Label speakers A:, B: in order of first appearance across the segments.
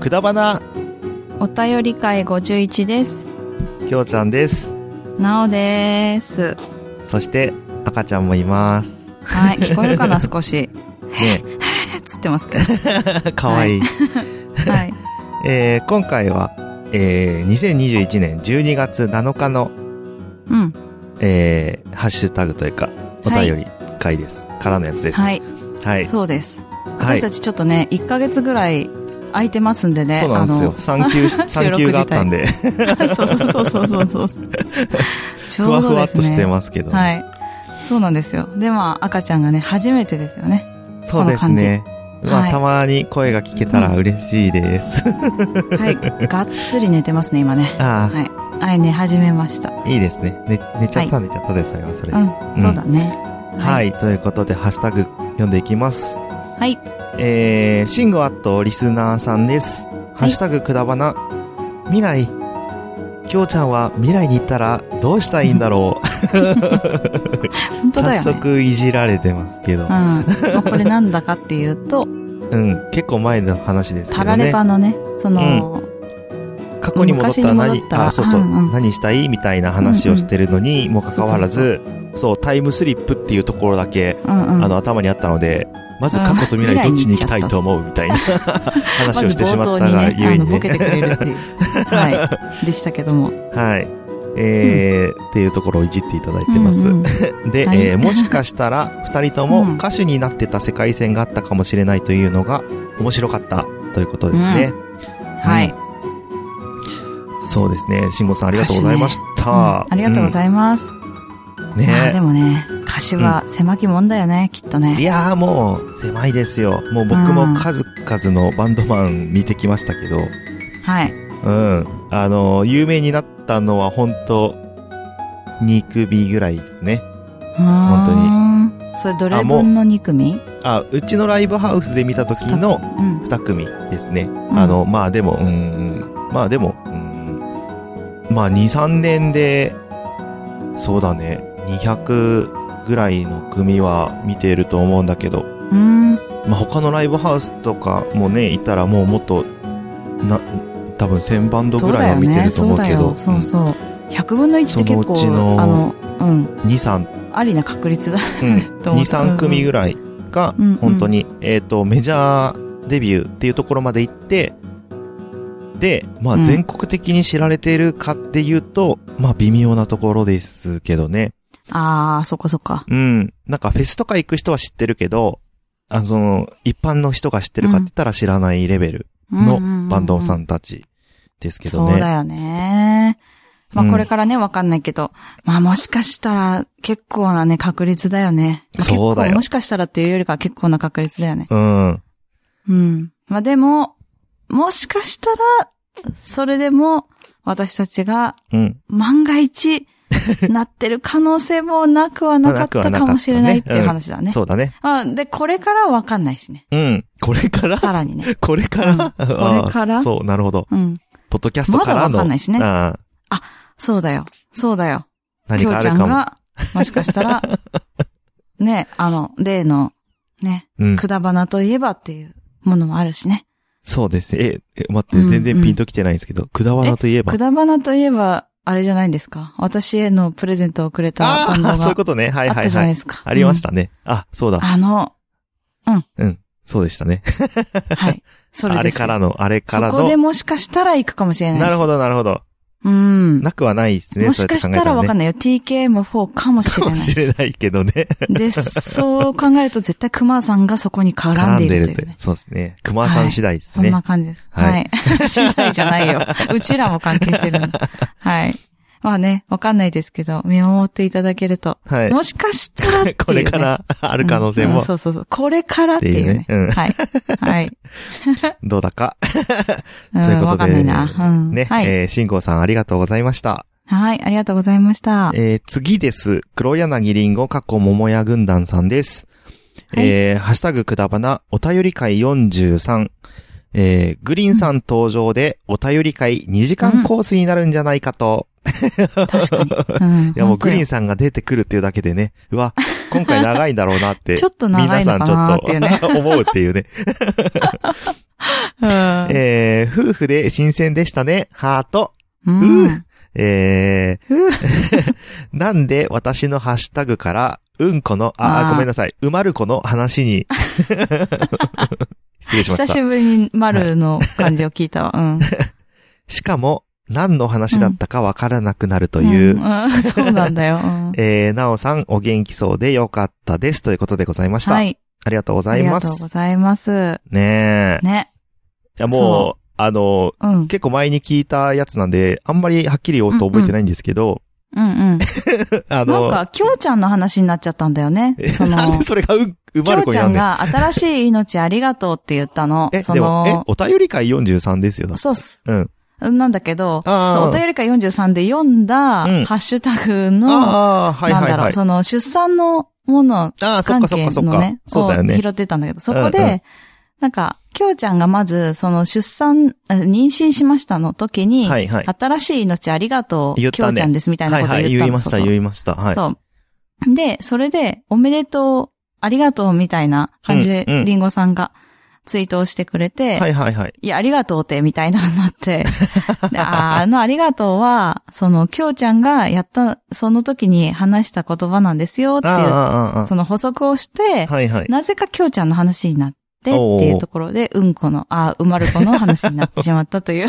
A: くだばな、
B: お便り会51です。
A: きょうちゃんです。
B: なおです。
A: そして、赤ちゃんもいます。
B: はい、聞こえ るかな少し。
A: ね
B: つってますけど。
A: え、かわいい。
B: はい。
A: えー今回は、えー2021年12月7日の、
B: うん。
A: えーハッシュタグというか、お便り回です。からのやつです。。
B: はいい、
A: はい。
B: そうです。
A: は
B: 私たちちょっとね、1ヶ月ぐらい空いてますんでね。
A: そうなんですよ。産休し、
B: 収
A: 産
B: 録
A: 休
B: 自体
A: があったんで、
B: あの そうそうそうそうそうそう。ち
A: ふ
B: ょ
A: わ
B: う
A: ふ
B: ど
A: わ
B: で
A: っ
B: すね。
A: としてますけど。
B: はい。そうなんですよ。で、まあ、赤ちゃんがね、初めてですよね。
A: そうですね。
B: じ
A: まあ、
B: はい
A: たまに声が聞けたら嬉しいです。
B: はい。がっつり寝てますね、今ね。
A: ああ、
B: はい。はい、寝始めました。
A: いいですね。ね寝ちゃった、寝ちゃったで、それはそれで。
B: うん、
A: ん
B: そうだね。
A: はい、ということで、ハッシュタグ読んでいきます。
B: はい。
A: えー、シンゴアットリスナーさんです。ハッシュタグくだばな。未来。きょうちゃんは未来に行ったらどうしたらいいんだろ う。早
B: 本当だよね。
A: 速いじられてますけど
B: うん。。まあこれなんだかっていう と、
A: うん。結構前の話ですけ
B: タ
A: ど
B: ラレ
A: ね。
B: バのね、その、
A: 過去に戻ったら何
B: 昔に戻ったら
A: あ、そうそう、
B: うんうん
A: 何したいみたいな話をしてるのにもかかわらず、そう、タイムスリップっていうところだけ、
B: うんうん。
A: あの、頭にあったので、まず過去と未来どっちに行きたいと思うみたいな
B: ま
A: 話
B: ず
A: をしてしま
B: 冒
A: っ
B: 頭
A: た
B: に
A: が
B: ね、
A: ゆ
B: あ
A: え
B: の、
A: に
B: ボケ
A: ね。
B: てくれるっていう。 はい。でしたけども。
A: はい。えーっていうところをいじっていただいてます。
B: うんうん
A: で、
B: はい
A: えーもしかした ら、二人と
B: うん
A: も歌手になってた世界線があったかもしれないというのが面白かったということですね。
B: はい。
A: そうですね。慎吾さんありがとうございました。
B: うんありがとうございます。
A: うん
B: いやーで
A: ね
B: もね、歌詞は狭きもんだよね、きっと
A: い
B: ね。
A: やーもう、狭いですよ。もう僕も数々のバンドマン見てきましたけど、
B: はい。
A: うん。あの、有名になったのは本当2組ぐらいですね。
B: 本当に。それどれ分の2組
A: あ、うちのライブハウスで見た時の
B: うん。
A: 2組ですね。あの、まあでも、うん、まあでも、うん、まあ2、3年で、そうだね、200ぐらいの組は見ていると思うんだけど、
B: うん。
A: まあ他のライブハウスとかもね、いたらもうもっと、な、多分1000バンド
B: そ
A: ぐ
B: う
A: らい
B: だ
A: は
B: よ
A: 見て
B: ね。
A: ると
B: そ
A: 思
B: う
A: う
B: だ
A: けど
B: よ。、そうそう。100分の1って結構、
A: そのうちの
B: あの、うん。
A: 2、3
B: ありな確率だ。
A: うん、 2、
B: と思う
A: 3組ぐらいが
B: うんうん、
A: 本当に、えっ、と、メジャーデビューっていうところまで行って、で、ま
B: う
A: あ、
B: ん
A: 全国的に知られているかっていうと、まあ、微妙なところですけどね。
B: あー、そっかそっか。
A: うん。なんか、フェスとか行く人は知ってるけど、あその、一般の人が知ってるかって言ったら知らないレベルのバ
B: バ
A: ンドさんたちですけど
B: そうだ
A: ね。
B: よね。ま
A: う
B: あ
A: ん
B: これからね、わかんないけど、まあもしかしたら結構なね、確率だよね。まあ
A: そうだよ
B: 結構もしかしたらっていうよりかは結構な確率だよね。
A: うん。
B: うん。まあでも、もしかしたら、それでも、私たちが
A: うん。
B: 万が一、なってる可能性もなくはなかったかもしれないっていう話だね。
A: そうだね。
B: あで、これからはわかんないしね。
A: うん。これから
B: さらにね。
A: これから、
B: うん
A: あー
B: これから
A: そう、なるほど。
B: うん。
A: ポッドキャストからの。
B: まだわかんないしね
A: あー
B: そうだよ。そうだよ。
A: 何
B: きょ
A: か
B: う
A: あ
B: ち
A: る
B: ゃん
A: かも。
B: が、もしかした ら、ね、あの、例の、ね、
A: うん。
B: くだばなといえばっていうものもあるしね。
A: そうですね。え、え待って、
B: うん
A: 全然ピンときてないんですけど、くだわなといえば
B: く。だばなといえば、あれじゃないですか。私へのプレゼントをくれたバ
A: あ
B: ンド
A: あ、そういう
B: が
A: ことね。はい
B: あっ
A: はい
B: たじゃな
A: はいい。
B: ですか。
A: ありまし
B: うん。
A: たね。あ、そうだ。
B: あの、
A: そうでしたね。
B: はい。それで す。
A: あれから
B: の、
A: の、あれから
B: そこで
A: の。
B: もしかしたら行くかもしれないし。
A: なるほど、なるほど。
B: うん。
A: なくはないですね。
B: もしかしたらわかん
A: ない。
B: ないよ。TKM4 かもしれ
A: か
B: な
A: も
B: い
A: し
B: し。
A: れないけどね。
B: で、そう考えると絶対熊さんがそこに絡ん
A: 絡
B: で
A: ん
B: い
A: で
B: る
A: るっ
B: とい
A: て
B: うね。。
A: そうですね。熊さん次第です
B: そん
A: ね
B: な。感じです。
A: はい
B: はい。 資材じゃ ないよ。うちらも関係してるんではい。まあね、わかんないですけど、見守っていただけると。
A: はい。
B: もしかしたらっていう、ね。
A: これからある可能性
B: うんう
A: も
B: ん、そうそうそう。これからっていうね
A: っ。ていうねうん
B: はい。はい。
A: どうだか。
B: う ん
A: ということで
B: わかんないな。うん。
A: ね。
B: はい、
A: えー、しんさんありがとうございました。
B: はい。ありがとうございました。
A: えー次です。黒柳りんご、過去桃屋軍団さんです。
B: はい
A: えーハッシュタグくだばな、お便り会43。えー、グリーンさん登場でお便り会2時間コースになるんじゃないかと。
B: 確 かに。うん、
A: いやもう
B: 本当
A: グ
B: よ
A: リーンさんが出てくるっていうだけでね、うわ、今回長いんだろうなって。
B: ちょっと長いのかなーっていう
A: 皆
B: ね。
A: さんちょっと 思うっていうね。
B: うん
A: えー、夫婦で新鮮でしたね、ハート。
B: うん
A: うえ
B: う
A: ー、 なんで私のハッシュタグから、うんこの、あ、
B: あー
A: あごめんなさい、うまるこの話 に。失礼しまし
B: 久
A: た。
B: しぶりに丸の感じを聞いたわ。うん。
A: しかも、何の話だったかわからなくなるという、
B: んんそうなんだよ。うん
A: えー、なおさん、お元気そうでよかったです。ということでございました。
B: はい。
A: ありがとうござ
B: あ
A: い
B: り
A: ま
B: がとうご
A: す。
B: ざいます。
A: ねえ。
B: ね。
A: いや、も、
B: そう
A: あの、
B: うん。うん
A: 結構前に聞いたやつなんで、あんまりはっきり言おうと覚えてないんですけど、
B: うん。
A: あ
B: なん
A: の、
B: か、きょうちゃんの話になっちゃったんだよね
A: え。
B: その、
A: なんでそれがう、う
B: き
A: ま
B: ょ
A: る
B: う
A: 子
B: ち
A: に
B: ゃ
A: あん
B: ん
A: ねん。
B: が新しい命ありがとうって言ったの。
A: え、
B: そ
A: でも、え
B: の、、
A: お便り会43ですよ。だ
B: そうっす。
A: うん。
B: なんだけど、
A: あー
B: そうお便りか43で読んだ、
A: うん
B: ハッシュタグの、
A: ああ、はい
B: なん
A: は
B: だ
A: い
B: ろ
A: は
B: う、
A: い。
B: その、出産のもの
A: ああ、そっ
B: 関
A: かそっ
B: 係
A: かそっ
B: の
A: か
B: ね。、
A: そうだよ
B: を
A: ね
B: 拾。ってたんだけど、そこ
A: うんうん
B: で、なんか、きょうちゃんがまず、その、出産、あ妊娠しましたの時に、
A: はいはい。
B: 新しい命ありがとう、
A: 言っ
B: きょ
A: たね
B: うちゃんですみたいな
A: は
B: こ
A: い
B: とを言った
A: は
B: の
A: い、言いまし
B: そう
A: た、
B: そう
A: 言いました。はい。
B: そう。で、それで、おめでとう、ありがとうみたいな感じで、
A: うんうん
B: りんごさんがツイートをしてくれて、、
A: はいいはいはい。
B: や、ありがとうって、みたいなのに なって、であーあのありがとうは、その、きょうちゃんがやった、その時に話した言葉なんですよって
A: ああ
B: いう、
A: ああ、あ
B: その補足をして、
A: あ。はいはい。
B: なぜかきょうちゃんの話になって、っていうところで、うんこの、あーうまるこの話になってしまっ たという。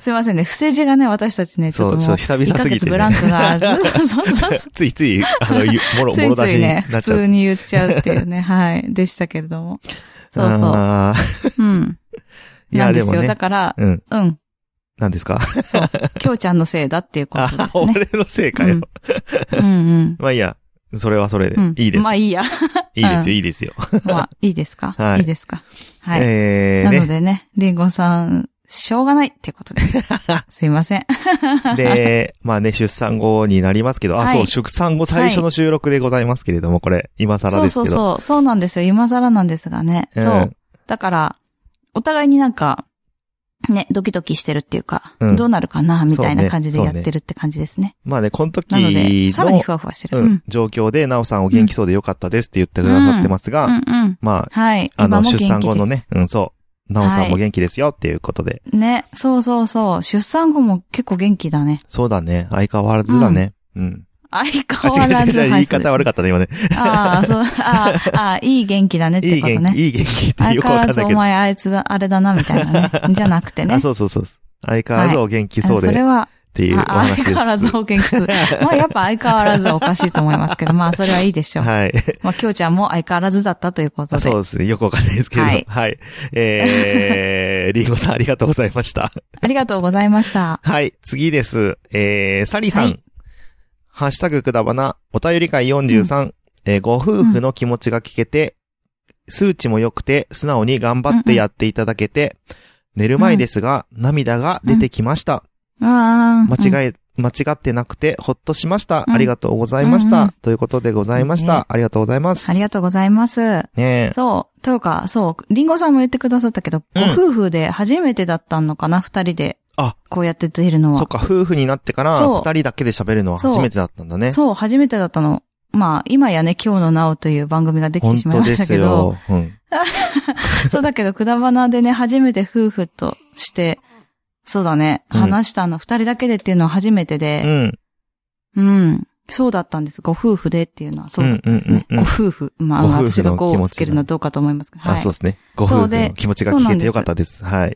B: すいませんね。不正字がね、私たちね、ち
A: そ
B: ょっと
A: う、
B: も
A: そうう、、久
B: 一
A: 々
B: ヶ
A: すぎ
B: 月
A: て
B: ブラン
A: ね。
B: クが、そうそうそうそ
A: ついつい、あの、ゆも
B: う。
A: ろ、
B: つ
A: もろ
B: いつ
A: 出し
B: い
A: に
B: ね、
A: なっ
B: 普
A: ちゃう
B: 通。に言っちゃうってい うね、はい、でしたけれども。そうそう。
A: ああ
B: うん。
A: いや
B: なんです
A: でも
B: よ。
A: ね
B: だから、
A: うん。
B: うん。
A: 何ですか
B: きょうちゃんのせいだっていうこ
A: あ
B: とで、すね。
A: 俺のせいかよ。
B: うんうん。
A: まあいいや。それはそれで
B: うん。。
A: いいです
B: ま。あいいや。
A: いいですよ、いいですよ。
B: まあ、いいですか
A: はい
B: いいですかはい。
A: えー
B: なの
A: ね。
B: でね、リンゴさん、しょうがないってこ とで。すいません。
A: で、まあね、出産後になりますけど、あ、
B: はい
A: そう、出産後最初の収録でございますけれども、これ、今更
B: そう
A: です
B: そ
A: け
B: う
A: ど。
B: そう。そうなんですよ。今更なんですがね。
A: うん
B: そう。だから、お互いになんか、ね、ドキドキしてるっていうか、
A: うん
B: どうなるかな、みたい
A: そう
B: な
A: ね
B: 感じでやってるって感じですね。
A: まあね、この時
B: なので、さらに
A: の
B: ふ、わふわしてる。
A: う
B: うん。うん
A: ん、状況で、なおさんお元気そうでよかったですって言ってくださってます
B: う
A: が、
B: ん。
A: ま
B: はい。
A: あ、あ
B: 今
A: の、
B: も
A: 出
B: 元気
A: 産後の
B: で
A: ね
B: す。、
A: うん、そう、なおさんも元気ですよっていうことで。
B: ね、そうそうそう。出産後も結構元気だね。
A: そうだね、相変わらずだね。うん。
B: 相
A: あ、
B: 変
A: 違う
B: わら
A: 違う
B: ず。
A: 違う、言い方悪
B: かっ
A: かったね、今ね。
B: た。ああ、そう、ああ、ああ、いい元気だねっ
A: い
B: て
A: い
B: こと
A: 元気、
B: ね。
A: いい元気ってよ
B: 相
A: く
B: 変
A: わ
B: わ
A: からん
B: ず
A: ない
B: お
A: けど。
B: 前あいつだ、あれだな、みたいなね。じゃなくてね。
A: あ、そうそうそう。相変わらずお元気そう
B: あそれ
A: でっ
B: は、
A: ていうお
B: あ
A: 話
B: 相
A: です。
B: 変わらずお元気そう。まあやっぱ相変わらずはおかしいと思いますけど、まあそれはいいでしょう。
A: はい。
B: まあきょうちゃんも相変わらずだったということ
A: あ
B: で。
A: そうですね。よくわかんないですけど。は
B: はいい。
A: えー、リンゴさんありがとうございました。
B: ありがとうございました。
A: はい。次です。えー、サリーさん。
B: はい
A: ハッシュタグくだばな、お便り会43、えーご夫婦の気持ちが聞けて、数値も良くて、素直に頑張ってやっていただけて、寝る前ですが、涙が出てきました。
B: ああ。
A: 間違え、間違ってなくて、ほっとしました。
B: うん
A: ありがとうございました。
B: うんうん
A: ということでございました。
B: ね
A: ありがとうございます。
B: ありがとうございます。
A: ねえ。
B: そう。というか、そう。リンゴさんも言ってくださったけど、
A: うん
B: ご夫婦で初めてだったのかな、二人で。
A: あ
B: こうやって出るのは。
A: そっか、夫婦になってから、
B: そう
A: 二人だけで喋るのは初めてだったんだね。
B: そう、初めてだったの。まあ、今やね、今日のなおという番組ができて
A: 本
B: しまい
A: 当
B: ま
A: で
B: した
A: す
B: けど。
A: よ。うん。
B: そうだけど、くだばなでね、初めて夫婦として、そうだね、
A: うん
B: 話したの、二人だけでっていうのは初めて
A: う
B: で、
A: ん。
B: うん、そうだったんです。ご夫婦でっていうのはそうだったんですね。
A: うんうんうん
B: ご夫婦。まあ、
A: ご夫婦の
B: 私が語
A: 気持
B: を
A: ち
B: つけるのはどうかと思いますけど。は
A: あ、
B: い。
A: そう
B: う
A: ですね。ご夫婦
B: そうで
A: の気持ちが聞けてよかったです。はい。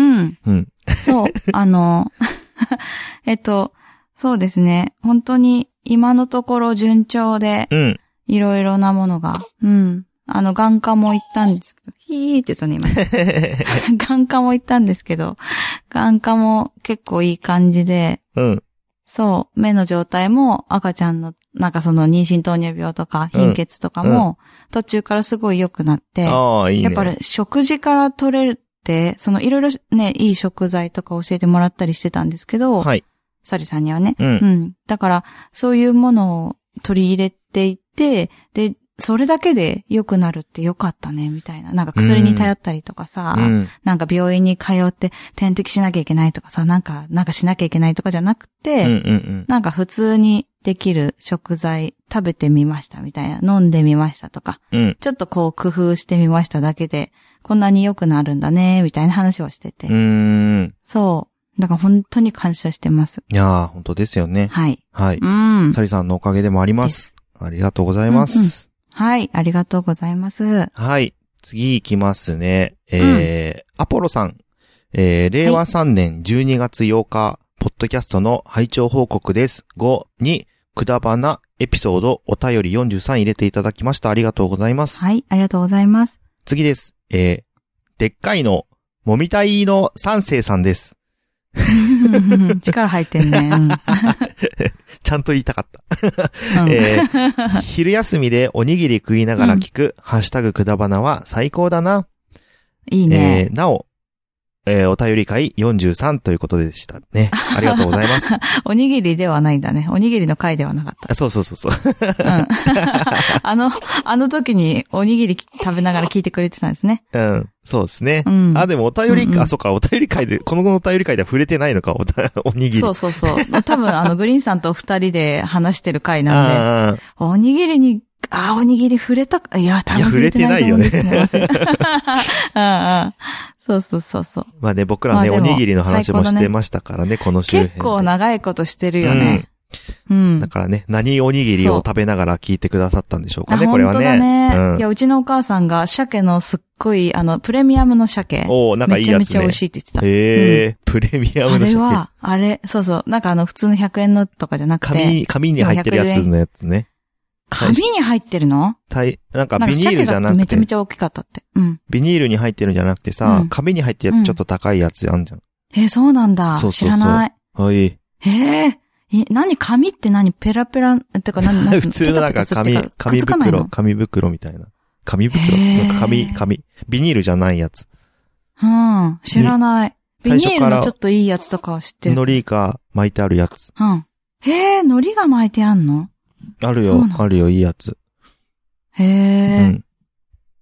B: ん。
A: うん。
B: そう、あの、 えっと、そうですね。本当に今のところ順調で、
A: うん。
B: いろいろなものが、うん。あの、眼科も行ったんですけど、ひーって言ったね、 今。眼科も行ったんですけど、眼科も結構いい感じで、
A: うん。
B: そう、目の状態も赤ちゃんの、なんかその妊娠糖尿病とか
A: うん
B: 貧血とかも、途中からすごい良くなって、
A: ああ、いいね。
B: やっぱり食事から取れるって、そのいろいろね、いい食材とか教えてもらったりしてたんですけど、
A: はい。
B: サリさんにはね。
A: うん
B: うん。だから、そういうものを取り入れていて、で、それだけで良くなるって良かったね、みたいな。なんか薬に頼ったりとかさ、
A: うん。
B: なんか病院に通って点滴しなきゃいけないとかさ、なんか、なんかしなきゃいけないとかじゃなくて、
A: うんうん
B: なんか普通にできる食材食べてみましたみたいな、飲んでみましたとか、
A: うん。うん。
B: ちょっとこう工夫してみましただけで、こんなに良くなるんだね、みたいな話をしてて。
A: うーん。
B: そう。だから本当に感謝してます。
A: いやー、本当ですよね。
B: はい。
A: はい。
B: うん。
A: サリさんのおかげでもあります。ありがとうございます。
B: はい。ありがとうございます。
A: はい。次行きますね。えーアポロさん。えー、令和3年12月8日、ポッドキャストの拝聴報告です。5に、くだばなエピソードお便り43入れていただきました。ありがとうございます。
B: はい。ありがとうございます。
A: 次です。えー、でっかいの、もみたいの三世さんです。
B: 力入ってんね。うん
A: ちゃんと言いたかった。
B: う ん
A: えー昼休みでおにぎり食いながら聞く、ハッシュタグくだばなは最高だな。
B: いいね。
A: えーなお、えーお便り会43ということでした ね。ありがとうございます。
B: おにぎりではないんだね。おにぎりの回ではなかっ
A: あそうそうそう そう。
B: た。うんあの、あの時におにぎり食べながら聞いてくれてたんですね。
A: うん、そうですね
B: う。ん。
A: あ、でもお便り、
B: うんうん
A: あ、そうか、お便り会で、この後のお便り会では触れてないのか、おたおにぎり。
B: そうそうそう。多分、あの、グリーンさんと二人で話してる回なんで、
A: あー
B: おにぎりに、あー、おにぎり触れたか、いや、多
A: いや
B: 分触れてないと思うんで
A: 触
B: す
A: れて
B: ね。忘れ うんうんそうそうそうそう。
A: まあね、僕らね、
B: まあ
A: お
B: でも
A: にぎりの話も
B: 最高だ
A: し
B: ね
A: てましたからね、この周辺で。
B: 結構長いことしてるよね。うん。
A: だからね、何おにぎりを食べながら聞いてくださったんでしょうか
B: あ
A: ね、これは
B: 本当だ
A: ね。
B: いや、うちのお母さんが鮭のすっごい、あの、プレミアムの鮭
A: うん。。おーなんかい
B: め
A: い
B: ちゃ
A: や
B: め
A: つ
B: ちゃ
A: ね
B: 美味。しいって言ってた。
A: へえ、プレミアム
B: あ
A: の
B: れ
A: 鮭。
B: は、あれ、そうそう。なんかあの、普通の100円のとかじゃなくて、
A: 紙、紙に入ってるやつのやつね。
B: 紙に入ってるの
A: たい、なんか
B: なん
A: ビ
B: か
A: ニー
B: 鮭
A: ルじゃ
B: が
A: な
B: め
A: く
B: ちゃめ
A: て
B: ち、ゃ大きかったって。うん。
A: ビニールに入ってるんじゃなくてさ
B: う、ん
A: 紙に入ってるやつちょっと高いやつあんじゃん。
B: えー、そうなんだ。
A: そうそうそう
B: 知らない。
A: はい。
B: えーえ、何紙って何ペラペラ、てか 何、何
A: 普通のなんか紙、紙袋、。紙袋みたいな。紙袋
B: へー
A: なんか紙、紙。ビニールじゃないやつ。
B: うん、知らない。ビ
A: 最
B: ニ
A: 初
B: ー
A: か
B: ル
A: ら
B: のちょっといいやつとかは知ってる。
A: 海苔が巻いてあるやつ。
B: うん。へえ、海苔が巻いてあんの
A: ある
B: そう
A: よ
B: なん、だ
A: あるよ、いいやつ。
B: へ
A: う
B: え、
A: ん。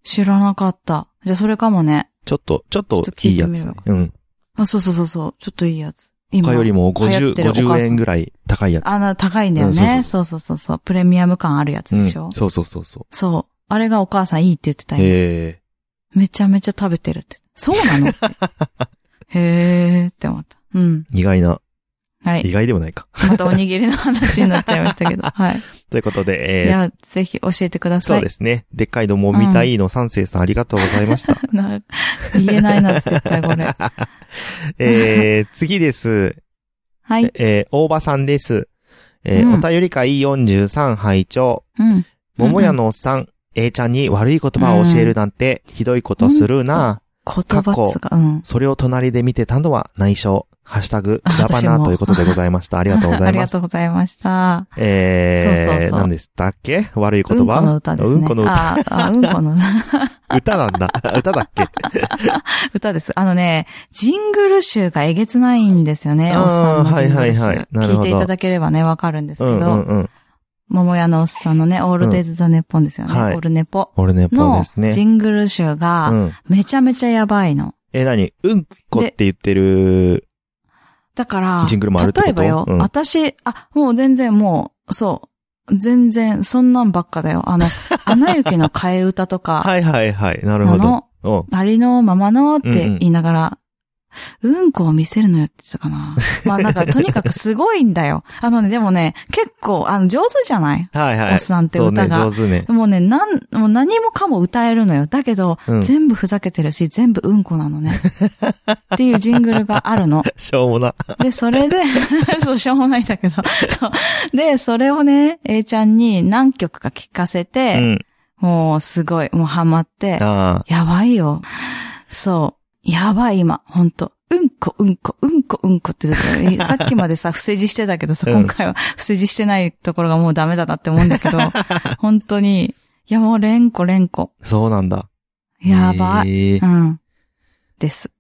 B: 知らなかった。じゃあそれかもね。
A: ちょっと、ちょっ
B: ちょ
A: と
B: っと聞
A: い
B: い
A: い
B: て
A: や
B: み
A: つ
B: れば
A: ね
B: よか。
A: うん。
B: あ、そうそうそうそう。ちょっといいやつ。今
A: 他。よりも
B: 流行
A: 50、
B: ってるお母さん
A: 50円ぐらい高いやつ。
B: あの、高いんだよ
A: う
B: ね。
A: ん
B: そうそうそうそう。プレミアム感あるやつ
A: うん
B: でしょ、
A: そうそうそうそ
B: そう。あれがお母さんいいって言ってた
A: う。
B: よ。
A: へ
B: めちゃめちゃ食べてるって。そうな のへーって思った。うん。
A: ー意外な、
B: は
A: 意
B: い。
A: 外でもないか。
B: またおにぎりの話になっちゃいました けど。はい。
A: ということ
B: い
A: で、えー
B: や、ぜひ教えてくださ
A: そ
B: い。
A: うですね。でっかいのもみたいの三世さんありがとうございました。
B: な言えないな、絶対これ。
A: えー、 次です。
B: はい。
A: えー、大場さんです。えー
B: うん
A: お便り会43拝聴
B: うん。
A: 桃屋のおっさん、A ちゃんに悪い言葉を教えるなんて、ひどいことするな、
B: 言葉っつうか、うん。
A: それを隣で見てたのは内緒。ハッシュタグ、くだば
B: 私
A: な
B: も
A: ということでございま した。ありがとうござ
B: あ
A: い
B: り
A: ま
B: が
A: す
B: とう。ございました。
A: えー、
B: そうそうそう
A: 何でしたっけ悪い言
B: うんこ
A: 葉
B: の歌ですね。
A: うんこの歌。
B: あーあー、うんこ の歌。
A: 歌なん だ。歌だっけ
B: 歌です。あのね、ジングル集がえげつないんですよね、
A: あー
B: おっさんのジングル集。
A: はいはいはいなるほ
B: 聞
A: ど
B: いていただければね、わかるんですけ
A: う
B: ど、
A: んうんうん。
B: 桃屋のおっさんのね、オールデイズ・ザ・ネッポンですよね、
A: はい
B: オルネポ
A: 俺ね、ポー
B: の
A: ですね。
B: ジングル集
A: う
B: が
A: ん。
B: めちゃめちゃやばいの。
A: え、何うんこって言ってる。
B: だから、
A: ジングルもあるってこと
B: 例えばよ、
A: うん
B: 私、あ、もう全然もう、そう、全然、そんなんばっかだよ。 あの、アナ雪の替え歌とか、
A: はいはいはい。なる
B: あ
A: ほ
B: の
A: ど。、うん。
B: ありのままのって言いながら、うんこを見せるのよって言ってた かな。まあなんか、とにかくすごいんだよ。あのね、でもね、結構、あの、上手じゃない
A: はいは
B: おっ
A: い。
B: さんって
A: そうね、
B: 歌が。
A: 上手ね。
B: もうね、なん、もう何もかも歌えるのよ。だけど、
A: うん
B: 全部ふざけてるし、全部うんこな のね。っていうジングルがあるの。
A: しょうもな。
B: で、それで、 そう、しょうもないんだけど。そうで、それをね、A ちゃんに何曲か聞かせ
A: う
B: て、
A: ん。
B: もうすごい、もうハマって、
A: ああ。
B: やばいよ。そう。やばい、今、ほんと。うんこ、うんこ、うんこ、うんこってずっとえさっきま でさ、不正字してたけどさ、
A: うん
B: 今回は不正字してないところがもうダメだなって思うん だけど、本当に、いやもう連呼連呼。
A: そうなんだ。
B: やばい。
A: い
B: うん。です。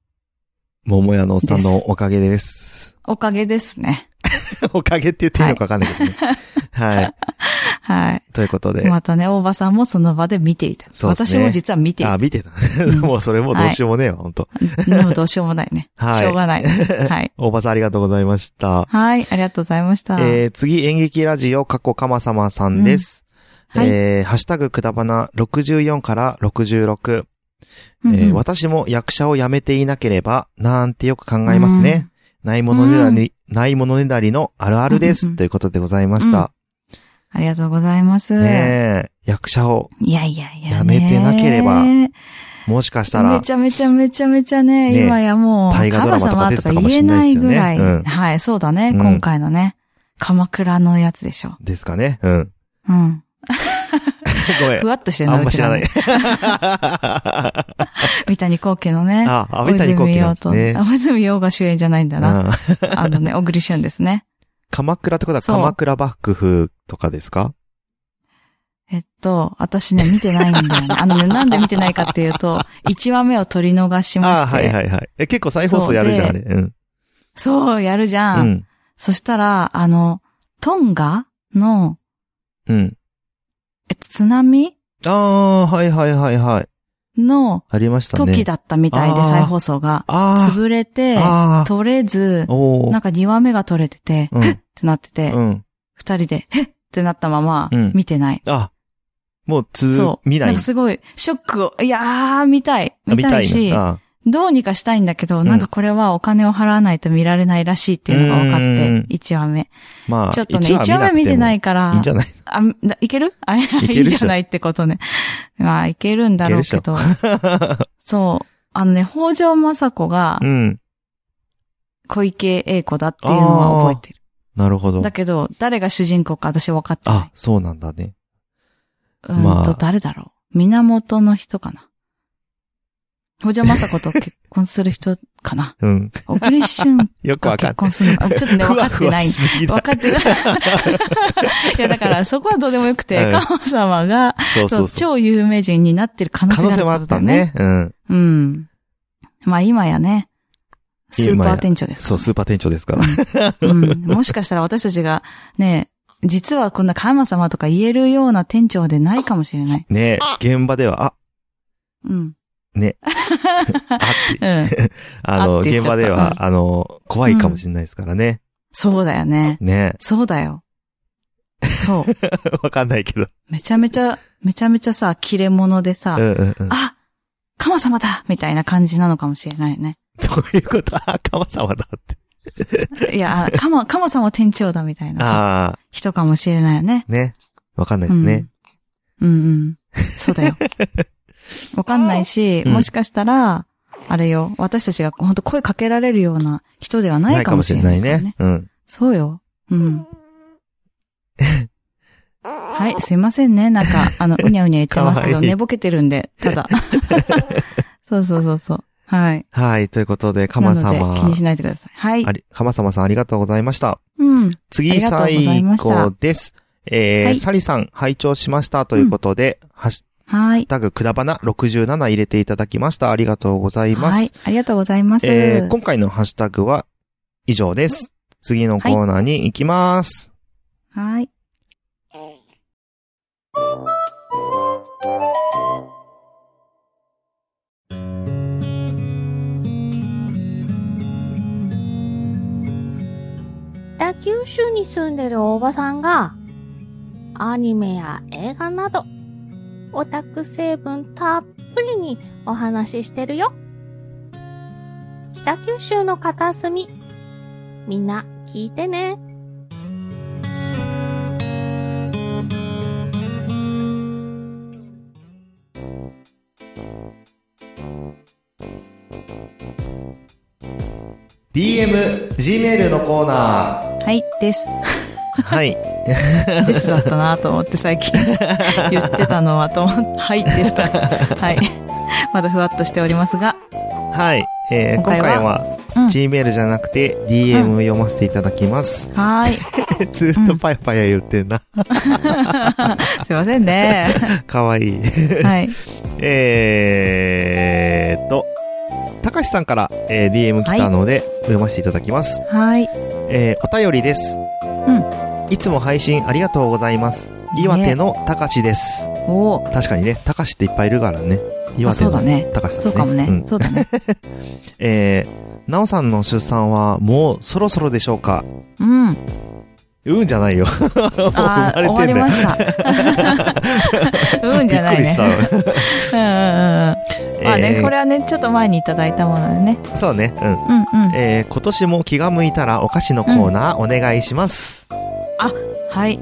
A: 桃屋のおっさんの
B: です
A: おかげです。
B: おかげですね。
A: おかげって言っていいのかわかんないけどね。はい。
B: はい。
A: ということで。
B: またね、大場さんもその場で見ていた。
A: そうですね
B: 私も実は見ていた
A: あ、。見てた
B: う。ん
A: もうそれもどうしようもねえよ、ほんと。
B: でもどうしようもないね。
A: はい
B: しょうがない。はい。
A: 大場さんありがとうございました。
B: はい、ありがとうございました。
A: えー、次、演劇ラジオ、過去かまさまさんです。
B: はい。
A: えー、ハッシュタグくだばな64から66。
B: うんうん
A: えー私も役者を辞めていなければ、なんてよく考えますね。ないものねだり、ないものねだりのあるあるで
B: うんう
A: す。
B: ん
A: ということでございました。
B: ありがとうございます。
A: ねえ、役者を、
B: いやいやいや、
A: や
B: ね。
A: めてなければもしかした
B: め
A: ら、
B: ちゃめちゃめちゃめちゃね、
A: ね
B: 今やもう、
A: 大河ドラマとか出てたかもしれないですよね
B: 鎌様とか言えないぐらい。
A: うん
B: はい、そうだね、
A: うん
B: 今回のね。鎌倉のやつでしょ。
A: ですかね。うん。
B: うん。
A: ごめん
B: ふ。わっとしてるの
A: あんま知らな。
B: う
A: い
B: ち。らね三谷幸喜のね。
A: あ、阿部谷幸喜なんです
B: 大泉洋
A: ね
B: と。。大泉洋が主演じゃないんだな。
A: うん
B: あのね、小栗旬ですね。
A: 鎌倉ってことは
B: そう
A: 鎌倉幕府とかですか
B: えっと、私ね、見てないんだよね。あのね、なんで見てないかっていうと、1話目を取り逃し
A: あ
B: ま
A: あ、
B: して。
A: はいはいはい。え、結構再放送やるじゃん、あ
B: そ
A: れ。うん。
B: そう、やるじ
A: う
B: ゃん。
A: ん。
B: そしたら、あの、トンガの、
A: うん。
B: えっと、津波
A: ああ、はいはいはいはい。
B: の
A: ありましたね。
B: 時だったみたいで、
A: あー
B: 再放送が。
A: あ
B: 潰れ
A: あ。
B: て、
A: ああ。
B: 取れず、
A: おお
B: なん。か2話目が取れてて、
A: うん
B: へっってなってて
A: う、ん。
B: 二、人で、へっってなったまま
A: うん、
B: 見てない。
A: あ、もうつ
B: そ、う。
A: 見なんい
B: か。すごい、ショックを、いやー、見たい。
A: あ
B: 見たいし、
A: なあ
B: どうにかしたいんだけど、なんかこれはお金を払わないと見られないらしいっていうのが分かっ
A: うん
B: て、1話目。
A: まあ、
B: ちょっとね、
A: 一話
B: 1話目見てないか
A: いいん
B: ら
A: じ、ゃない
B: あ、だいけるあ、い
A: けるでしょ
B: いんじゃないってことね。まあ、いけるんだろうけど。そう。あのね、北条政子が
A: うん。
B: 小池栄子だっていうのは覚えてる。
A: なるほど
B: だ。けど、誰が主人公か私分かって
A: あ
B: な、
A: そうなんだね。
B: い。う
A: ま
B: ん
A: あ。
B: と、誰だろう。源の人かな。北条政子と結婚する人かな
A: うん。
B: 小栗旬
A: よく
B: と
A: わか
B: 結
A: んな
B: 婚するの。あちょっとね、
A: い。
B: 分かっ
A: ふわ
B: てないん
A: ふわしすぎだ
B: 分かってない。 いや、だから、そこはどうでもよくて、
A: うん
B: カモ様が、
A: そうそう
B: そう
A: そう。
B: 超有名人になってる可能
A: 可能
B: 性があ
A: 性
B: るって
A: もあ
B: こ
A: っ
B: とだ
A: た
B: よね。
A: ね。うん。
B: うん。まあ今やね、スーパー店長です
A: そ
B: か
A: う、スーパー店長です から。
B: ら、うん。もしかしたら私たちが、ね、実はこんなカマ様とか言えるような店長でないかもしれない。
A: ね現場では、あ、
B: うん。
A: あっ て、
B: うん。
A: あの、
B: あって言
A: 現
B: っちゃった
A: 場で
B: う
A: は、あの、怖いかもしれないですからね。
B: そうだよね。
A: ね
B: そうだよ。そう。
A: わかんないけど。
B: めちゃめちゃ、めちゃめちゃさ、切れ者でさ、
A: うんうんうん。ど
B: あカマ様だみたいな感じなのかもしれな いね。
A: ういうことあ、かまさまだって。
B: いや、あカマ、カマ様店長だみたいなさ、
A: あ
B: 人かもしれないよね。
A: あ、ね。わかんないですね。
B: うんうんうん。そ うだよ。わかんないし、
A: うん
B: もしかしたら、あれよ、私たちが本当声かけられるような人ではな
A: ないい
B: か
A: か
B: も
A: も
B: し
A: し
B: れ
A: れ
B: な
A: ないい
B: からね、
A: ね。うん。
B: そうよ。うん。 はい、すいませんね。なんか、あの、うにゃうにゃ言ってますけ
A: か
B: ど、
A: わいい
B: 寝ぼけてるんで、た だ。そうそうそうそう。はい。
A: はい。ということで、か
B: な
A: ま
B: の
A: さ
B: で、気に
A: ま。
B: しないでください。はい
A: あ。り、かまさまさんありがとうございました。
B: うん。
A: 次、
B: ありがとうござい
A: 最
B: ました
A: 後です。えー
B: はい
A: サリさん、拝聴しましたということで、ハッシュ
B: はい。
A: タグくだばな67入れていただきました。ありがとうございます。
B: はい。ありがとうございます。
A: えー今回のハッシュタグは以上です。次のコーナーに行きます。
B: はい。
C: 北九州に住んでるおばさんが、アニメや映画など、オタク成分たっぷりにお話ししてるよ。北九州の片隅、みんな聞いてね。
A: DM、Gmail のコーナ
B: はい。です。
A: ー。はい。
B: ですだったなと思って最 近言ってたのはと思って、はい、ですだ。はい。まだふわっとしておりますが、
A: はい。えー今
B: 今
A: 回
B: 回
A: は
B: はうん
A: Gmail じゃなくて DM 読ませていただきます。
B: はーい。
A: ずーっとパヤパヤ言ってんな。
B: すいませんね。
A: かわいい。
B: はい。
A: えーっと、たかしさんから、えー DM 来たので、読ませていただきます。
B: はい。
A: えーお便りです。
B: うん
A: いつも配信ありがとうございます。岩手のたかしです。
B: おお、
A: 確かにね、たかしっていっぱいいるからね。岩手
B: あそうだね
A: のたかし
B: そ
A: だ
B: うかもね。
A: うん
B: そう だね。
A: えー、なおさんの出産はもうそろそろでしょうか
B: うん。
A: うんじゃないよ。もう
B: あ
A: 生
B: あー、
A: ま
B: 終わ
A: れて
B: り
A: んだ
B: ま
A: よ。
B: した。うん
A: び
B: じゃ
A: っ
B: な
A: く
B: い
A: り
B: ね
A: し。た。
B: うんうんうん。 まあね、これはね、ちょっと前にいただいたものでね。
A: えーそうね。うん。
B: うんうん。
A: えー、今年も気が向いたらお菓子のコーナーお願いします。
B: はい。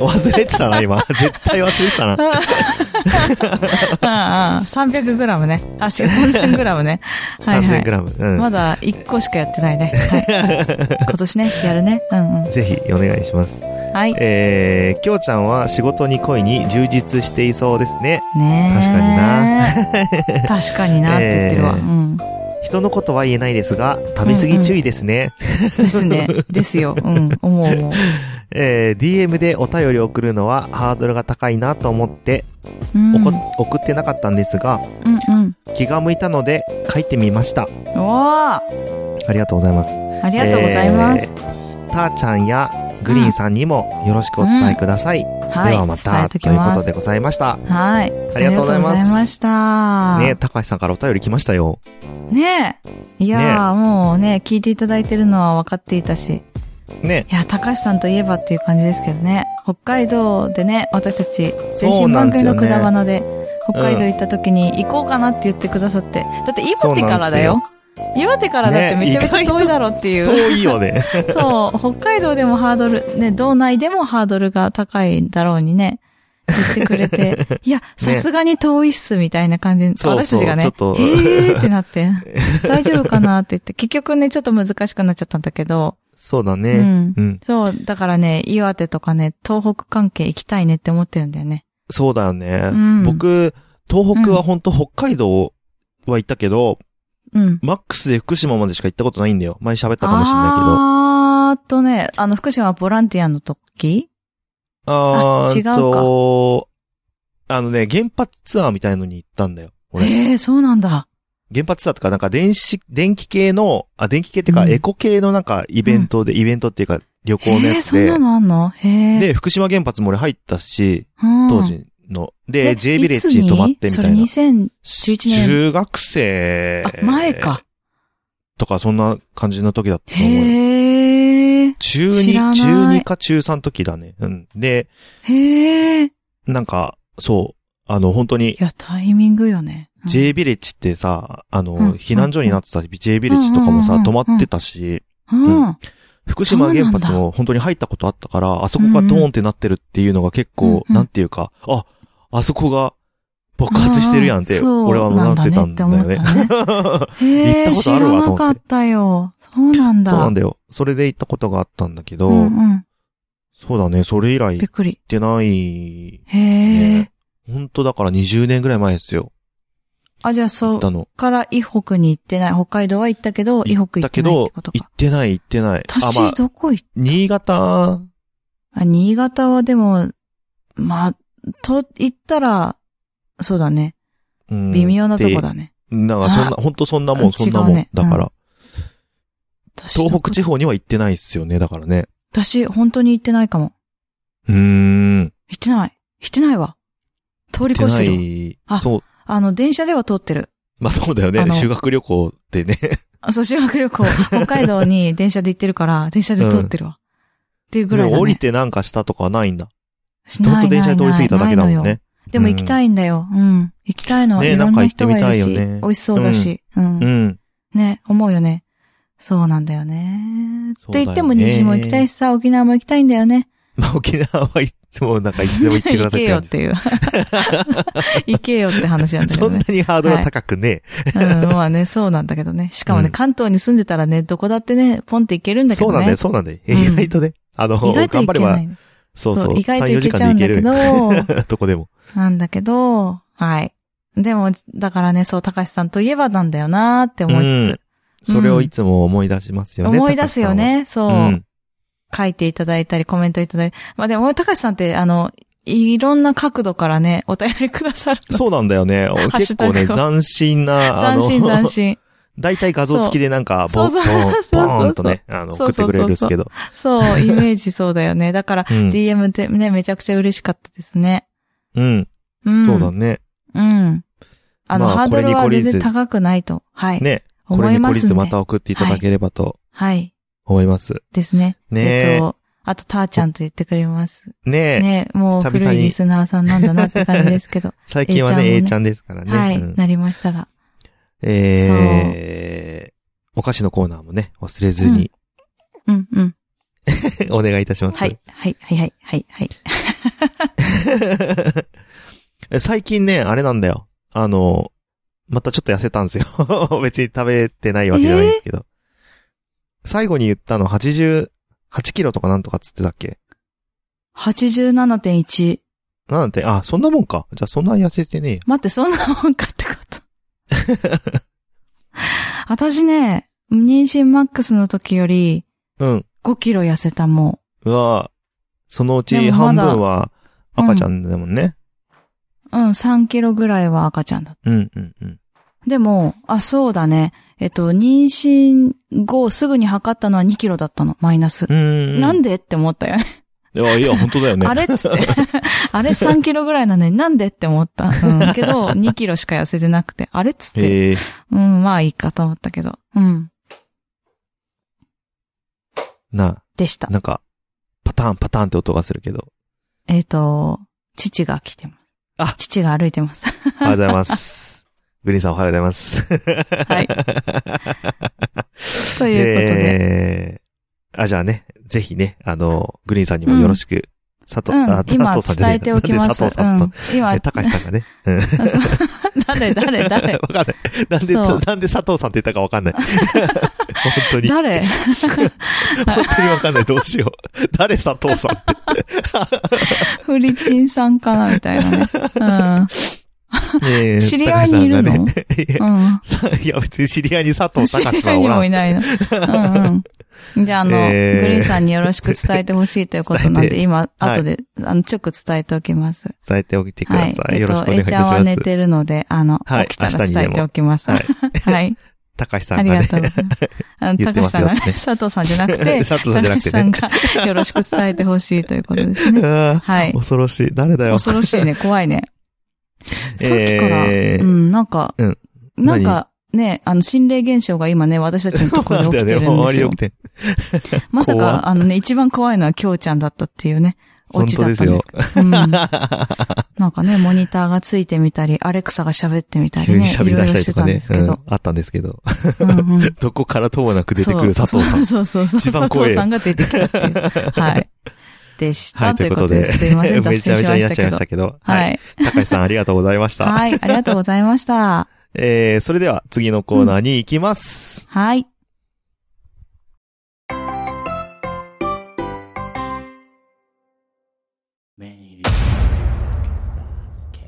A: 忘れてたな、 今。絶対忘れてたな。
B: うんうん。300グラムね。あ、違う、3000グラ ムね。はいは
A: 3000グ
B: い。
A: ラム。うん。
B: まだ1個しかやってないね。 はい。今年ね、やるね。うんうん。
A: ぜひお願いします。
B: はい。
A: えー、きょうちゃんは仕事に恋に充実していそうですね。
B: ねえ。確かにな。確かになって言ってるわ。
A: えー
B: うん。
A: 人のことは言えないですが、食べ過ぎ注意ですね。
B: ですね。ですよ。うん。思う思う。
A: えー、DM でお便り送るのはハードルが高いなと思って、
B: うん。
A: おこ送ってなかったんですが、
B: うんうん。
A: 気が向いたので書いてみました。
B: おー
A: ありがとうございます。
B: あり
A: あ
B: がとうございます。
A: たーちゃんやグリーンさんにもよろしくお伝えください。
B: はい。
A: ではま
B: 伝え
A: た、
B: と
A: と
B: き
A: いうこ
B: ま
A: と
B: す。
A: でございました。
B: はい。
A: ありがとうございます
B: ありがとうございました。
A: ね高橋さんからお便り来ましたよ。
B: ねえ。いやー、もうね、聞いていただいてるのは分かっていたし。
A: ね
B: いや、高橋さんといえばっていう感じですけどね。北海道でね、私たち、全
A: そう
B: 身
A: なん
B: 満
A: です
B: 開
A: よ
B: の
A: ね
B: 果物で、北海道行った時に行こうかなって言ってくださって。だって岩手からだよ。岩手からだってめちゃめちゃ遠いだろうっていう。
A: 遠いよ ね。
B: そう、北海道でもハードル、ね、道内でもハードルが高いだろうにね、言ってく れて、いや、さすがに遠いっす、みたいな感じで、
A: そう
B: 私
A: そ
B: た
A: う
B: ちがね、
A: ちょっと
B: えーって なって、大丈夫かなって言って、結局ね、ちょっと難しくなっちゃったんだけど、
A: そうだ
B: う
A: ね。
B: ん。
A: うん。
B: そう、だからね、岩手とかね、東北関係行きたいねって思ってるんだよね。
A: そうだよね。
B: うん
A: 僕、東北は本当北海道は行ったけど、
B: うん。
A: マックスで福島までしか行ったことないんだよ。前喋ったかもしれないけど。
B: あーっとね、あの、福島ボランティアの時
A: あ
B: あ
A: ー
B: 違うか
A: と、あのね、原発ツアーみたいのに行ったんだよ。俺。
B: ええー、そうなんだ。
A: 原発ツアーとか、なんか電子、電気系の、あ、電気系っていうか、
B: うん
A: エコ系のなんかイベントで、イベントっていうか旅行の
B: ええ
A: や
B: ー、
A: つ
B: そん
A: で
B: な、のあんのへえ。
A: で、福島原発も俺入ったし、
B: うん、
A: 当時の。で、
B: え
A: J ビレッジ
B: いつに
A: に泊まってみたいな。
B: それ2000、年
A: 中学生。
B: あ、前。か。
A: とか、そんな感じの時だったと思うよ。
B: へー。
A: 中
B: 知らな
A: 2、
B: い
A: 中2か中3時だね。うん。で、
B: へー。い
A: なんか、そう、あの、本当に、
B: や、タイミングよね。うん
A: J ビレッジってさ、あの、
B: うん
A: 避難所になってたし、J ビレッジとかも
B: うん
A: さ、
B: うん
A: 止まってたし、
B: うん。
A: う福島原発も本当に入ったことあったから、あそこがドーンってなってるっていうのが結構、
B: うんうん
A: なんていうか、あ、あそこが爆発してるやんって、
B: うんうん
A: 俺はなってたんだよね。
B: そうなんへ
A: 行った
B: ー、
A: こと
B: 知
A: ある
B: ら
A: わと思
B: な
A: って
B: かったよ。そうなんだ。
A: そうなんだよ。それで行ったことがあったんだけど、
B: うんうん。
A: そうだね、それ以来
B: び
A: 行
B: っ
A: っ
B: くり。
A: てない、
B: へー
A: ね。本当だから20年ぐらい前ですよ。
B: あ、じゃあ、そ
A: 行っ
B: った
A: の。
B: から、伊北に行ってない。北海道は行ったけど、伊北行
A: だ
B: っ
A: け
B: てないっ
A: ど
B: てこと、
A: 行
B: か
A: っ。てない行ってない。あ、まあ
B: 私、、どこ行っ
A: 新潟、
B: あ、新潟はでも、まあ、と、行ったら、そうだね。
A: うん
B: 微妙なとこだね。
A: なんかそんな、
B: あ
A: ほんとそんな
B: う
A: も
B: ん
A: ん、そんなもん。
B: 違うね
A: だから、
B: 私
A: 東北地方には行ってないっすよね、だからね。
B: 私、本当に行ってないかも。
A: うーん。
B: 行ってない。行ってないわ。通り
A: 行
B: 越
A: っ
B: しててるわ。
A: ない。
B: あ
A: そう。
B: あの、電車では通ってる。
A: まあそうだよ
B: あ
A: ね。
B: の
A: 修学旅行ってね。
B: あそう、修学 旅行、北海道に電車で行ってるから、電車で通ってるわ。っていうぐらいだ、
A: で
B: ね。
A: も降りてなんかしたとかはないんだ。
B: し
A: ず
B: な
A: っ
B: い
A: と電車で通り過ぎただけだもん。
B: な
A: ね。
B: いないのよでも行きたいんだよ。うん。行きたいのは
A: ね
B: いろんな人がいる
A: なんか行っ
B: し、
A: てみたいよね
B: 美味しそうだし、うん
A: うん。
B: ね、思うよね。そうなんだよね。
A: そうだ
B: って
A: よね
B: 言っても西も行きたいしさ、沖縄も行きたいんだよね。
A: まあ沖縄は行っても、なんかいつでも行ってくだ
B: 行
A: さい
B: け
A: って
B: よ
A: 感
B: っ
A: じ。
B: て いう。 行けよって話なんだけ
A: そ
B: ど
A: ん
B: ね
A: な。にハードルは高くね。
B: うん、まあね、そうなんだけどね。しかもね、
A: うん
B: 関東に住んでたらね、どこだってね、ポンって行けるんだけ
A: そ
B: ど
A: うなんだよ、
B: ね。
A: そうなんだよ。
B: うん
A: 意外とね。あの、
B: 意外と
A: 頑
B: 行
A: 張れ
B: けな
A: ば、
B: い。
A: そうそう。
B: 意外と
A: 3-4
B: 行け
A: 時
B: ちゃう
A: 間
B: ん
A: で
B: だけど
A: 行、ける。 どこでも。
B: なんだけど、はい。でも、だからね、そう、高橋さんといえばなんだよなーって思いつ
A: それをいつも思い出します
B: つ、
A: よね。
B: 思い出すよね、そう、
A: 高橋さんは。うん。
B: 書いていただいたり、コメントいただいたり。まあでも、高橋さんって、あの、いろんな角度からね、お便りくださるの。
A: そうなんだよね。
B: ハッ
A: 結
B: シュタグ
A: 構
B: を
A: ね、斬新な、あ
B: 斬
A: の、
B: 新斬新。
A: 大体画像付きでなんか、ボ
B: そう
A: ン、ボ
B: そう
A: ン、
B: そう
A: ボ
B: そう
A: ーンとね、あの、
B: そう
A: 送って
B: そうそうそう
A: くれるんですけど。
B: そう、イメージそうだよ ね。だから、
A: うん
B: DM でね、めちゃくちゃ嬉しかったですね。
A: うん。
B: うん。
A: そうだね。
B: うん。あの、
A: まあ
B: ハードルは
A: これに懲りず
B: 全然高くないと。はい。
A: ね。こ
B: 思
A: れ
B: い
A: に懲
B: ま
A: り
B: す
A: ず
B: んで。
A: また送っていただければと
B: はい。
A: 思います。
B: ですね。え
A: ね
B: っと、あと、たーちゃんと言ってくれます。
A: え。ねえ。
B: ね、もう
A: 久々
B: 古
A: に
B: いリスナーさんなんだなって感じですけど。
A: 最近は
B: A
A: ね、A
B: ち
A: ち
B: ゃ
A: ゃんですから ね。
B: はい、
A: うん
B: なりましたが。
A: えー、お菓子のコーナーもね、忘れずに、
B: うん、うん。
A: お願いいたします。
B: はい、はい、はい、はい、はい、はい。
A: 最近ね、あれなんだよ。あの、またちょっと痩せたんですよ。 別に食べてないわけじゃないんですけど。最後に言ったの88キロとかなんとかっつってたっけ
B: 87.1。
A: なんて、あ、そんなもんか。じゃあそんな痩せてねえや。
B: 待って、そんなもんかってこと。 私ね、妊娠マックスの時より
A: うん。
B: 5キロ痩せたも
A: うわそのうち
B: でもま
A: 半
B: だ
A: 分は赤ちゃんだもんね。
B: ん。うん、3キロぐらいは赤ちゃんだっ
A: うん、うん、うん。
B: た。でも、あ、そうだね。えっと、妊娠後すぐに測ったのは2キロだったの、マイナス
A: う。ん。
B: なん
A: い
B: でって思ったよね。
A: や、いや、本当だよね。
B: あれっつって。あれ3キロぐらいなのになんでって思った。うん。けど、2キロしか痩せてなくて。あれっつって。
A: へえ。
B: うん、まあいいかと思ったけど。うん。
A: な、
B: でした。
A: なんか、パターン、パターンって音がするけど。
B: えっ、と、父が来てます。
A: あ
B: 父が歩いてます。
A: おはようございます。グリーンさんおはようございます。
B: はい。ということで。
A: えー、あ、じゃあね、ぜひね、あの、グリーンさんにもよろしく、佐藤、
B: うん
A: あ、、
B: 今
A: 佐藤さんじゃ
B: 伝
A: ね
B: えておき
A: な
B: ま。
A: んです佐藤さんと、
B: うん、今
A: え、、高橋さんがね。うん。
B: そう誰、誰、 誰
A: わ、かんない。なんで、
B: そう
A: なんで佐藤さんって言ったかわかん ない。本当に。本
B: 誰
A: 当にわかんない。どうしよう。誰佐藤さんって。
B: フリチンさんかなみたいな ね。
A: えー
B: 知り合いにいるの
A: 高橋さんがねいや
B: うん。うん。
A: さいや、別に知り合いに佐藤
B: 知り
A: 隆
B: 合
A: はいお
B: に
A: ら
B: も
A: ん
B: い。ないの。うんうん。じゃあ、あの、
A: えー
B: グリーンさんによろしく伝えてほしいということなん
A: 伝え
B: で、今、
A: はい
B: 後で、あの、直伝えておきます。
A: 伝えておいてくだ
B: は
A: さい。
B: い。え
A: よ
B: っ
A: ろしくお
B: と、
A: 願いい
B: え
A: た
B: ち
A: し
B: ゃん
A: ま
B: は
A: す。
B: 寝てるので、あの、
A: はい
B: 起きた
A: 明
B: ら
A: 日にで
B: 伝え
A: も
B: ておきます。
A: はい
B: はい。
A: 高橋さ
B: あ
A: ん
B: り
A: が
B: が
A: ね。
B: とうございます。あの、
A: 言って
B: 高橋
A: ます
B: さんがね、
A: よね
B: 佐藤さんじゃな くて、
A: 佐藤さんじゃ
B: 高
A: な
B: 橋
A: くて
B: さん
A: ね。
B: がよろしく伝えてほしいという ことです
A: う
B: ね。
A: わー
B: はい。
A: 恐ろしい。誰だよ。
B: 恐ろしいね、怖いね。さっきから、
A: えー
B: うん、なんか、
A: うん
B: なんか、ね、あの、心霊現象が今ね、私たちのところで起きて るん
A: もう終
B: です
A: わり
B: よ
A: 起。きてん
B: まさ
A: 怖っ
B: か、あのね、一番怖いのは京ちゃんだったっていうね、オチだったんですけど。うん、なんかね、モニターがついてみたり、アレクサが喋ってみたり
A: 急に
B: ね、
A: 喋り出したりとか
B: いろいろ
A: ね
B: してたんですけ。ど。
A: うんあったんですけど。
B: うんうん
A: どこからともなく出てくる佐藤さん。
B: そうそうそうそ
A: 一
B: う。
A: 番怖い
B: 佐藤さんが出てきたっていう。はい。でした。
A: はい、
B: と
A: と
B: い
A: いうう
B: こ
A: ことと
B: で。
A: で。
B: すいません、脱
A: めちゃ
B: 線
A: め
B: し
A: ちゃ
B: ま
A: に
B: し
A: なったちゃい
B: け
A: ま
B: ど
A: した。けど。
B: は
A: はい。
B: い。
A: 高橋さんありがとうございました。
B: はい。ありがとうございました。
A: えー、それでは次のコーナーに行きます。
B: はい。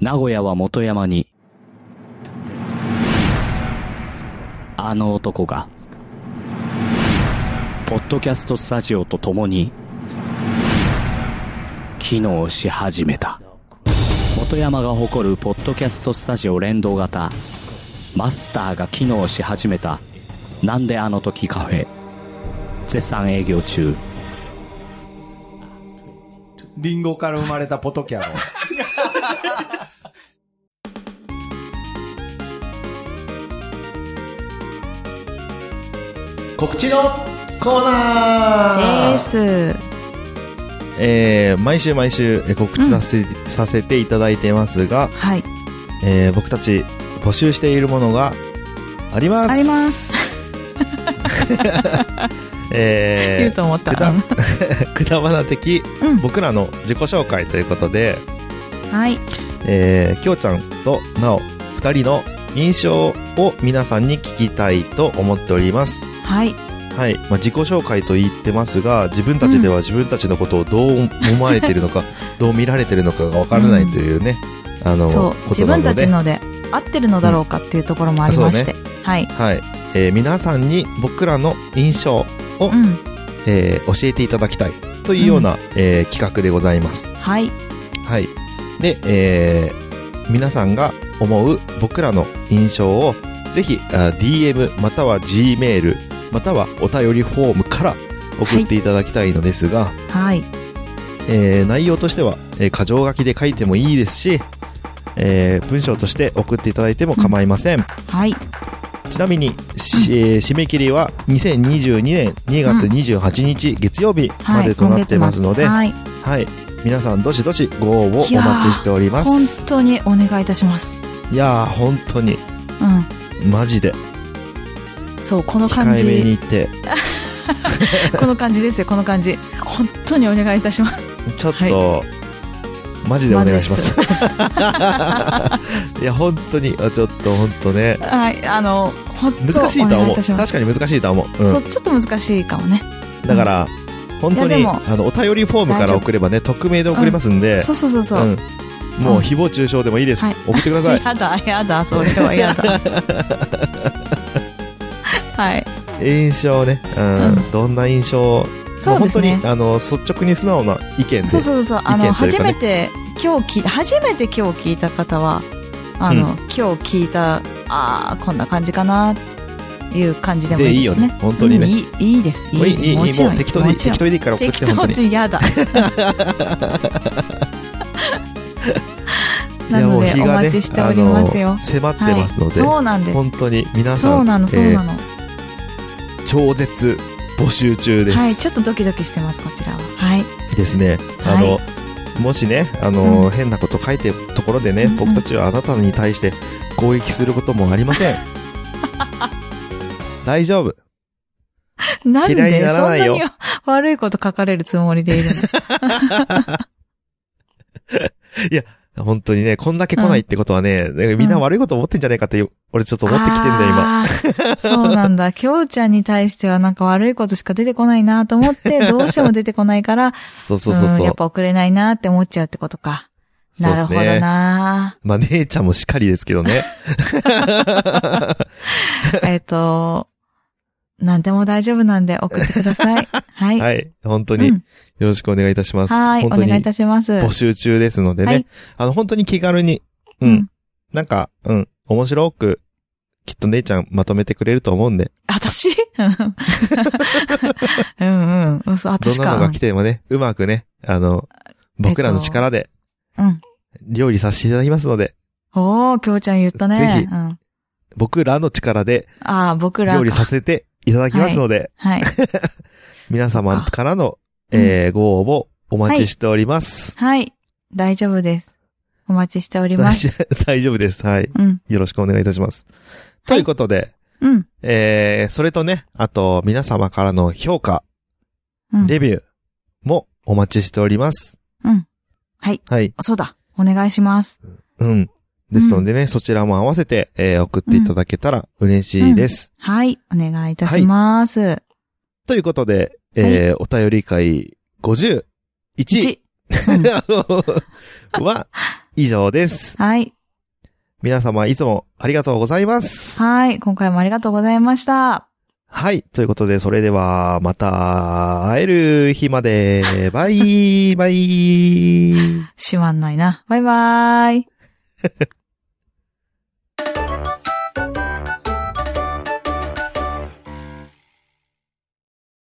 D: 名古屋は元山に、あの男が、ポッドキャストスタジオと共に、機能し始めた。元山が誇るポッドキャストスタジオ連動型、マスターが機能し始めた、なんであの時カフェ、絶賛営業中。
E: リンゴから生まれたポトキャロ。
A: 告知のコーナ
B: です。
A: えー、毎週毎週えー告知させ,、させていただいてますが、
B: はい。
A: えー、僕たち募集しているものがあります。
B: あります。
A: えー、
B: 言うと思った。
A: くだくだばな的
B: うん。
A: 僕らの自己紹介ということで、
B: はい。
A: えー、きょうちゃんとなお2人の印象を皆さんに聞きたいと思っております。
B: はい。
A: はい。まあ、自己紹介と言ってますが、自分たちでは自分たちのことをどう思われている のか、どう見られているのかがわからないというね、あの、
B: そう。自
A: ことな
B: 分
A: の
B: た
A: で
B: ち、ので合ってるのだろうかっていうところもありまして。はい。
A: はい。えー皆さんに僕らの印象を、
B: うん。
A: えー教えていただきたいというような、えー企画でございます。
B: はい。
A: はい。で、えー皆さんが思う僕らの印象をぜひ、あ DM または G メールまたはお便りフォームから送っていただきたいのですが、
B: はい。
A: えー内容としては、えー、箇条書きで書いてもいいですし、えー文章として送っていただいても構いません。
B: はい。
A: ちなみに、しえー締め切りは2022年2月28日月曜日ま
B: はい。
A: でとなってますので、
B: 今
A: はい、
B: 月末
A: 皆さんどしどしご応募お待ちしており
B: は
A: ま
B: い。本
A: す。
B: 当にお願いいたします。
A: いやー、本当に、
B: う
A: マジで、
B: ん。そう、この感
A: 控えめに
B: じ。
A: 言って、
B: この感じですよ、この感じ。本当にお願いいたします。
A: ちょっと、マ ジでお願いします。
B: マ
A: いや、本当に、あちょっと本当ね、
B: はい。あの、本当
A: 難しいとは
B: お願
A: 思。
B: いうたし
A: 確
B: ます。
A: かに難しいとは思う。うん
B: そう、ちょっと難しいかもね。
A: だから、本当
B: い
A: に
B: やでも
A: あのお便りフォームか
B: 大丈
A: ら
B: 夫
A: 送ればね匿名で送りますんで、
B: そうそうそうそうう。
A: んもううん誹謗中傷でもいいです、
B: はい
A: 送ってください
B: やだ、やだ、それ はやだ。はい。
A: 印象ね、うん
B: うん
A: どんな印象
B: そうですね
A: ま。あ本当にあの率直に素直な意見で
B: そうそうそう。あ
A: 意
B: の、
A: 見という
B: 初
A: かね
B: めて、今日聞い初めて今日聞いた方は、あの、今日聞いた、ああ、こんな感じかな、いう感じでも
A: でい
B: い
A: い
B: いで
A: よ
B: すね。
A: ね本当にね
B: うんいい、いいです。
A: もういいいいいいも
B: もちろん
A: う適当でいい
B: もちろ
A: 適
B: ん
A: 当でいいから送っ
B: 適
A: て本
B: 当
A: 当に
B: でや だ。 ない
A: や
B: の
A: もう
B: で、
A: 日
B: お
A: がね
B: 待ちしております
A: あ
B: よ
A: の。迫ってますので、
B: そうなんです。
A: 本当に皆さん
B: そうなの、そうなの。
A: えー超絶募集中です、
B: はい、ちょっとドキドキしてます、こちらは。はい。
A: ですね、
B: は
A: あ
B: い
A: のもしねあの、
B: うん
A: 変なこと書いてるところでね、
B: うんうん
A: 僕たちはあなたに対して攻撃することもありま せん大丈夫
B: なんで
A: 嫌いになら
B: そ
A: なんい
B: な
A: よ
B: に 悪いこと書かれるつもりでいるの
A: 本当にねこんだけ来ないってことはね、なんかみんな悪いこと思ってんじゃないかって俺ちょっと思ってきてるんだよ今
B: あーそうなん だ。きょうちゃんに対してはなんか悪いことしか出てこないなと 思って、どうしても出てこないから、
A: そうそうそう
B: うん
A: そ
B: や
A: う
B: っぱ遅れないなって思っちゃうってことか。
A: そうっ
B: な
A: す
B: るほ
A: ね
B: ど な、
A: まあ姉ちゃんもしっかりですけどね
B: えっと、なんでも大丈夫なんで送ってください。 はい。
A: はい本当
B: う
A: によ
B: ん
A: ろしくお願いいたします、
B: はい、お
A: 本当
B: 願いい
A: に
B: たします。
A: 募集中ですのでね、
B: はい
A: あの本当に気軽にうん、
B: うん
A: なんかうん面白くきっと姉ちゃんまとめてくれると思うんで
B: 私 うんうん。そ
A: どん
B: う私
A: な
B: か
A: の。が来てもね、うまくね、あの、僕らの力で
B: うん。
A: 料理させていただきますので、
B: おー、きょうちゃん言ったね。
A: ぜひ
B: うん
A: 僕らの力で
B: ああ、僕らか。
A: 料理させていただきますので、
B: はい。
A: 皆様からの、
B: うん
A: えー、ご応募お待ちしております。
B: はい。大丈夫です。お待ちしておりま
A: 大
B: す。
A: 丈夫 大丈夫です。はい。
B: うん。
A: よろしくお願いいたします。ということで、
B: うん。
A: えー、それとね、あと、皆様からの評価、
B: うん。
A: レビューもお待ちしております。
B: うん。はい。
A: はい。
B: そうだ。お願いします。
A: うん。ですのでね、そちらも合わせて、えー、送っていただけたら嬉しいです。
B: はい。お願いいたします。
A: ということで、えーお便り会51
B: 一。
A: は以上です。
B: はい。
A: 皆様いつもありがとうございます。
B: はい。今回もありがとうございました。
A: はい。ということで、それでは、また会える日まで。バイバイ。
B: しまんないな。バイバーイ。